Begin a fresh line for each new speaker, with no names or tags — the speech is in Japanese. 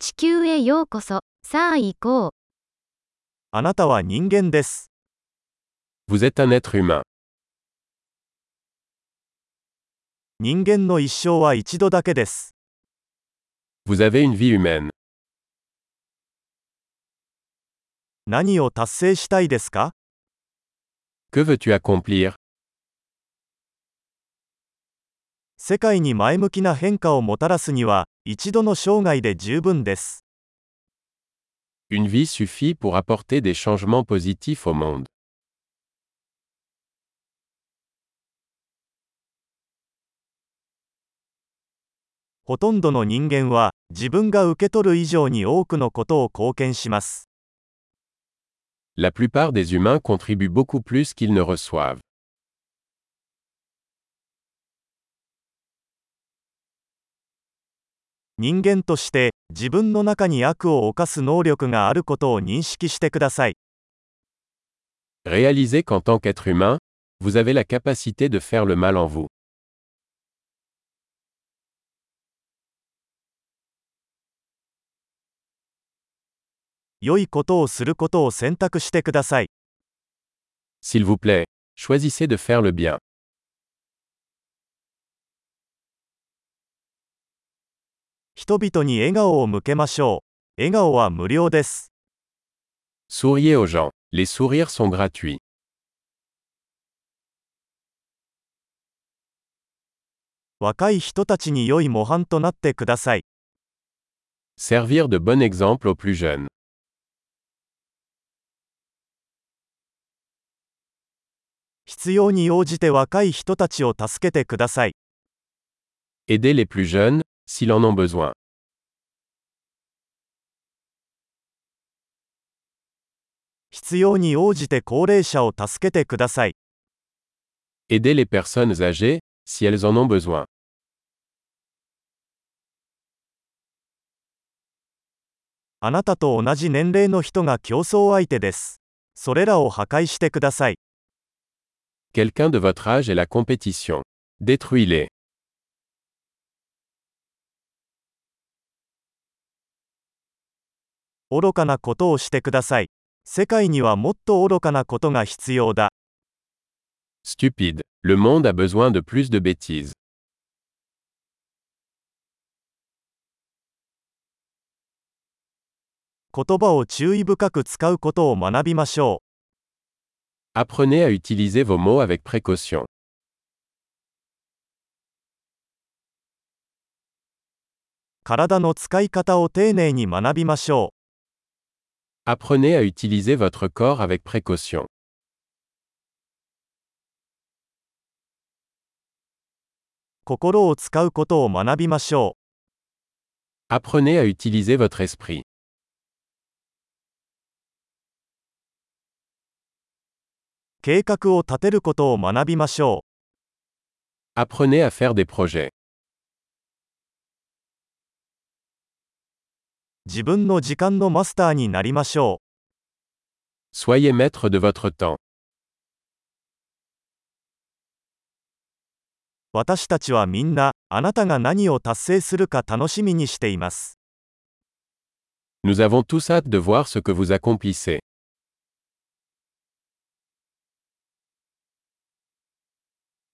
球へようこそ。さあ行こう。
あなたは人間です。
Vous êtes un être humain.
人間の一生は一度だけです。
Vous avez une vie humaine.
何を達成したいですか
Que veux-tu accomplir
世界に前向きな変化をもたらすには、一度の生涯で十分です。
Une vie suffit pour apporter des changements positifs au monde.
ほとんどの人間は、自分が受け取る以上に多くのことを貢献します。
La plupart des humains contribuent beaucoup plus qu'ils ne reçoivent.
人間として、自分の中に悪を犯す能力があることを認識してください。
Réalisez qu'en tant qu'être humain, vous avez la capacité de faire le mal en vous.
良いことをすることを選択してください。
S'il vous plaît, choisissez de faire le bien.
人々に笑顔を向けましょう。笑顔は無料です。
Souriez aux gens. Les sourires sont gratuits.
若い人たちに良い模範となってください。
Servir de bon exemple aux plus jeunes.
必要に応じて若い人たちを助けてください。
Aider les plus jeunes, s'ils en ont besoin.
必要に応じて高齢者を助けてください。
Aider les personnes âgées, si elles en ont besoin.
あなたと同じ年齢の人が競争相手です。それらを破壊してください。
Quelqu'un de votre âge est la compétition. Détruis-les.
愚かなことをしてください。世界にはもっと愚かなことが必要だ。
Stupide. Le monde a besoin de plus de bêtises.
言葉を注意深く使うことを学びましょ
Apprenez à utiliser vos mots avec précaution.
う。体の使い方を丁寧に学びましょう。
Apprenez à utiliser votre corps avec précaution.
心を使うことを学びましょう。
Apprenez à utiliser votre esprit.
計画を立てることを学びましょう。
Apprenez à faire des projets.
自分の時間のマスターになりましょう。
Soyez maître de votre temps.
私たちはみんな、あなたが何を達成するか楽しみにしています。
Nous avons tous hâte de voir ce que vous accomplissez.